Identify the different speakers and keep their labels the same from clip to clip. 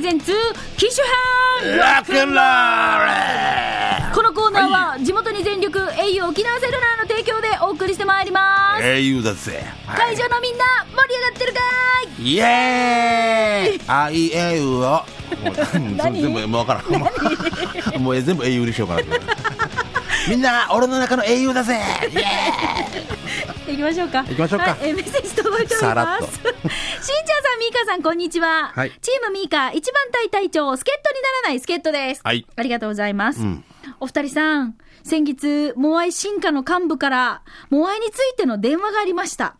Speaker 1: ゼンツ機種編
Speaker 2: ラックンロー
Speaker 1: このコーナーは地元に全力 au 沖縄セルラーの提供でお送りしてまいります
Speaker 2: ル英雄だぜ、は
Speaker 1: 会
Speaker 2: い、
Speaker 1: 場のみんな盛り上がってるか
Speaker 2: イエーイあいえうをもう
Speaker 1: 何
Speaker 2: 全部もう分からんもうもう全部英雄にしようかなと思ってみんな俺の中の英雄だぜイエ
Speaker 1: ーい行きましょうか
Speaker 2: 行きましょうか
Speaker 1: はいえーメッセージ届いており
Speaker 2: さら
Speaker 1: ま
Speaker 2: っ
Speaker 1: す しんち
Speaker 2: と
Speaker 1: ゃんさんみーかさんこんにちは、
Speaker 2: はい
Speaker 1: チームみーか一番隊隊長助っ人にならない助っ人です、
Speaker 2: はい
Speaker 1: ありがとうございます、
Speaker 2: ん
Speaker 1: お二人さん先日モアイ進化の幹部からモアイについての電話がありました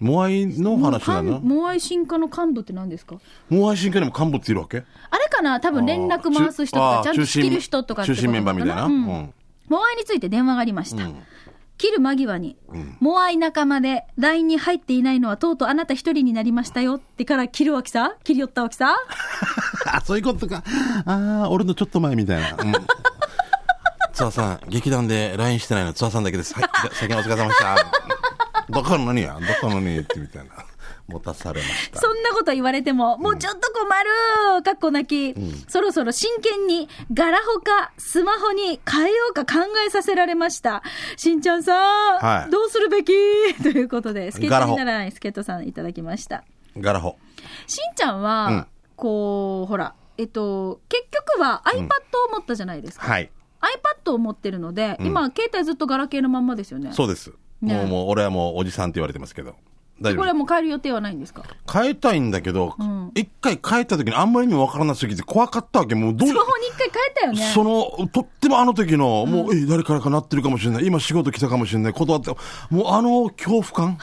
Speaker 2: ーモアイの話なの
Speaker 1: 幹モアイ進化の幹部って何ですか
Speaker 2: モアイ神経でも幹部っているわけ
Speaker 1: あれかな多分連絡回す人と
Speaker 2: あ
Speaker 1: か
Speaker 2: ー
Speaker 1: ちゃんと
Speaker 2: 中心
Speaker 1: 仕切る人とかってこと
Speaker 2: 中心メンバーみたいな
Speaker 1: かうん
Speaker 2: うん
Speaker 1: モアイについて電話がありました、
Speaker 2: うん
Speaker 1: 切る間際に、モアイ仲間で LINE に入っていないのはとうとうあなた一人になりましたよってから切るわけさ切り寄ったわけさ
Speaker 2: あ、そういうことか。ああ、俺のちょっと前みたいな。うん。ツアさん、劇団で LINE してないのツアさんだけです。はい、じゃ先お疲れ様でした。どこの何やどこの何ってみたいな。持たされました。
Speaker 1: そんなこと言われても、もうちょっと困るかっこなき、そろそろ真剣に、ガラホかスマホに変えようか考えさせられました。しんちゃんさん、
Speaker 2: はい
Speaker 1: どうするべき ということで、スケットにならないスケットさんいただきました。
Speaker 2: ガラホ。
Speaker 1: しんちゃんは、
Speaker 2: うん
Speaker 1: こう、ほら、えっと、結局は iPad を持ったじゃないですか。
Speaker 2: はい。
Speaker 1: iPad を持ってるので、今、携帯ずっとガラケーのまんまですよね。
Speaker 2: そうです。
Speaker 1: ね
Speaker 2: もう、もう、俺はもうおじさんって言われてますけど。大丈
Speaker 1: これは
Speaker 2: 夫。
Speaker 1: もう変える予定はないんですか
Speaker 2: 変えたいんだけど
Speaker 1: ん、
Speaker 2: 一、回変えた時にあんまりにもわからなすぎて怖かったわけ。もうどう
Speaker 1: スマホに一回変えたよね。
Speaker 2: その、とってもあの時の、もう、え、誰からかなってるかもしれない。今仕事来たかもしれない。断って、もうあの恐怖 感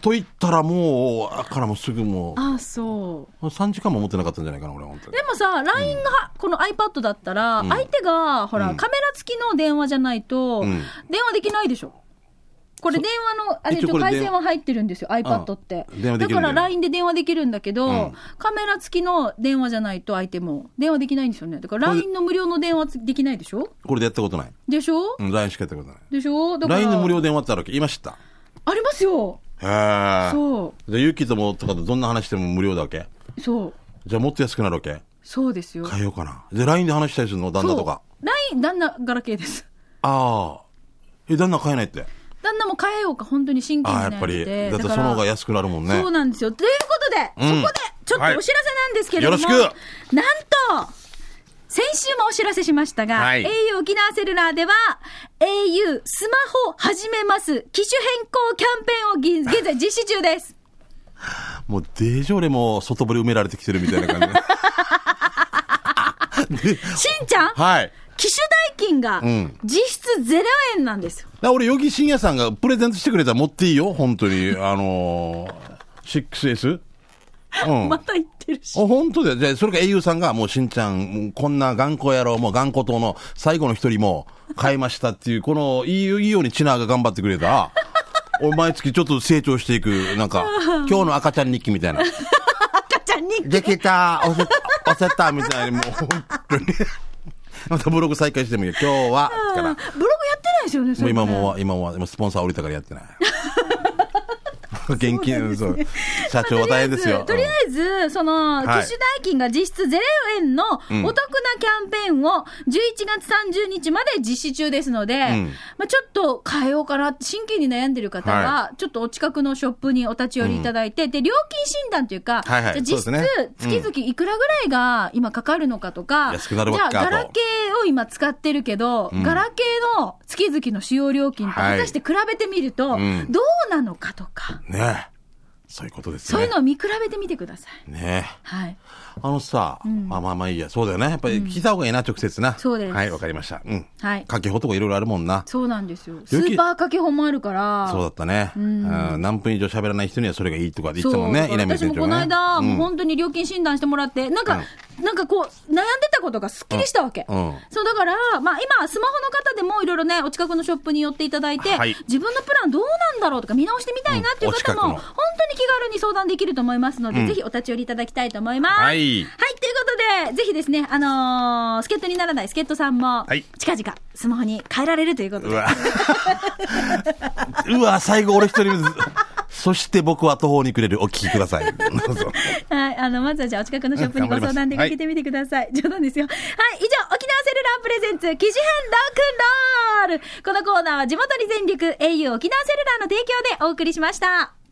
Speaker 2: と言ったらもう、あからもうすぐも
Speaker 1: ああ、そう。
Speaker 2: う、3時間も持ってなかったんじゃないかな、俺は本当に
Speaker 1: で。もさ、LINE が、この iPad だったら、相手が、ほら、カメラ付きの電話じゃないと、
Speaker 2: ん
Speaker 1: 電話できないでしょ。これ電話の、あれ、
Speaker 2: 一応
Speaker 1: ちょ
Speaker 2: これ
Speaker 1: 回
Speaker 2: 電
Speaker 1: 線は入ってるんですよ、iPad って
Speaker 2: うん。電話で
Speaker 1: だ
Speaker 2: きる
Speaker 1: か
Speaker 2: んだ
Speaker 1: ら
Speaker 2: よね
Speaker 1: LINE で電話できるんだけど、
Speaker 2: うん
Speaker 1: カメラ付きの電話じゃないと相手も電話できないんですよね。だから LINE の無料の電話つできないでしょ
Speaker 2: これでやったことない。
Speaker 1: でしょ
Speaker 2: うん、LINE しかやったことない。
Speaker 1: でしょだから。
Speaker 2: LINE で無料電話ってあるわけ。今知った。
Speaker 1: ありますよ。
Speaker 2: へえ。
Speaker 1: そ
Speaker 2: じゃあ、ゆきとも、とかとどんな話しても無料だわけ
Speaker 1: う。そう。
Speaker 2: じゃあ、もっと安くなるわけ
Speaker 1: そうですよ。
Speaker 2: 変えようかな。で、LINE で話したりするの旦那とか。
Speaker 1: そう。LINE、旦那、ガラケーです。
Speaker 2: ああ。え、旦那変えないって。
Speaker 1: 旦那も変えようか、本当に真剣に
Speaker 2: あ
Speaker 1: な
Speaker 2: あ、
Speaker 1: って
Speaker 2: やっぱり。だって
Speaker 1: か
Speaker 2: そ
Speaker 1: ら
Speaker 2: の方が安くなるもんね
Speaker 1: そう。なんですよ。ということで、
Speaker 2: うん
Speaker 1: そこで、ちょっとお知らせなんですけれども、
Speaker 2: はいよろし
Speaker 1: なんと、先週もお知らせしましたが、
Speaker 2: はい
Speaker 1: au 沖縄セルラーでは、au スマホ始めます、機種変更キャンペーンをぎ現在実施中です。
Speaker 2: もう、デージョレも外堀埋められてきてるみたいな 感じ。で
Speaker 1: しんちゃん、
Speaker 2: はい。
Speaker 1: 機種代金が
Speaker 2: ん
Speaker 1: 実質0円なんですよ。
Speaker 2: だ俺、ヨギ深也さんがプレゼントしてくれたら持っていいよ、本当に。あのー、6S? うん。
Speaker 1: また言ってるし。
Speaker 2: お本当だよ。じゃあ、それか英雄さんが、もう、しんちゃん、もうこんな頑固野郎、もう頑固党の最後の一人も買いましたっていう、この、いいよ、いいようにチナーが頑張ってくれた。 俺、毎月ちょっと成長していく、なんか、今日の赤ちゃん日記みたいな。
Speaker 1: 赤ちゃんに
Speaker 2: できた、押せ、 押せた、みたいに、もう、本当に。またブログ再開してもいいよ。今日は、
Speaker 1: ブ
Speaker 2: か
Speaker 1: ログやっ
Speaker 2: ら。
Speaker 1: てないですよね、そ
Speaker 2: もう
Speaker 1: れね
Speaker 2: 今もう、今もう、今スポンサー降りたからやっ てない。現金、そう,、社長は大変ですよ。
Speaker 1: とりあえず、その、
Speaker 2: い
Speaker 1: 機種代金が実質0円のお得なキャンペーンを11月30日まで実施中ですので、
Speaker 2: ん
Speaker 1: まあ、ちょっと変えようかなって、真剣に悩んでる方は、ちょっとお近くのショップにお立ち寄りいただいて、で、料金診断というか、
Speaker 2: はいはい
Speaker 1: じゃあ実質、
Speaker 2: そうですね
Speaker 1: 月々いくらぐらいが今かかるのかとか、
Speaker 2: 安くなるわけか
Speaker 1: じゃあ、
Speaker 2: と
Speaker 1: ガラケーを今使ってるけど、ガラケーの月々の使用料金と果たして比べてみると、
Speaker 2: ん
Speaker 1: どうなのかとか、
Speaker 2: うん。ねえそういうことです
Speaker 1: そう
Speaker 2: ね。
Speaker 1: いうのを見比べてみてください。
Speaker 2: ねえ
Speaker 1: はい。
Speaker 2: あのさ、まあまあまあいいや。そうだよね。やっぱり聞いた方がいいな、直接な。
Speaker 1: そうです
Speaker 2: はい、わかりました。うん。
Speaker 1: はい。
Speaker 2: かけほとかいろいろあるもんな。
Speaker 1: そうなんですよ。ス
Speaker 2: ゆき
Speaker 1: ーパーかけ本もあるから。
Speaker 2: そうだったね。
Speaker 1: ん
Speaker 2: うん何分以上喋らない人にはそれがいいとかって言
Speaker 1: そ
Speaker 2: っ
Speaker 1: う
Speaker 2: てたもんね。稲見
Speaker 1: 私
Speaker 2: 店
Speaker 1: も
Speaker 2: 長
Speaker 1: この
Speaker 2: ね。
Speaker 1: 間、もう本当に料金診断してもらって、なんか、なんかこう、悩んでたことがすっきりしたわけ。
Speaker 2: うんうん
Speaker 1: そう、だから、まあ今、スマホの方でもいろいろね、お近くのショップに寄っていただいて、
Speaker 2: はい
Speaker 1: 自分のプランどうなんだろうとか見直してみたいなっていう
Speaker 2: うんお
Speaker 1: 方
Speaker 2: 近く
Speaker 1: も、
Speaker 2: の
Speaker 1: 本当に気軽に相談できると思いますので、ぜひお立ち寄りいただきたいと思います。
Speaker 2: はい
Speaker 1: はい、ということで、ぜひですね、あのー、助っ人にならない助っ人さんも、
Speaker 2: はい
Speaker 1: 近々スマホに変えられるということで
Speaker 2: うわ。うわ、最後俺一人ずそして僕は途方に暮れる。お聞きください。どうぞ
Speaker 1: はい、あの、まずはじゃあお近くのショップにご相談でかけてみてください。冗談ですよ。はい、以上、沖縄セルラープレゼンツ、記事編ロックンロールこのコーナーは地元に全力、au 沖縄セルラーの提供でお送りしました。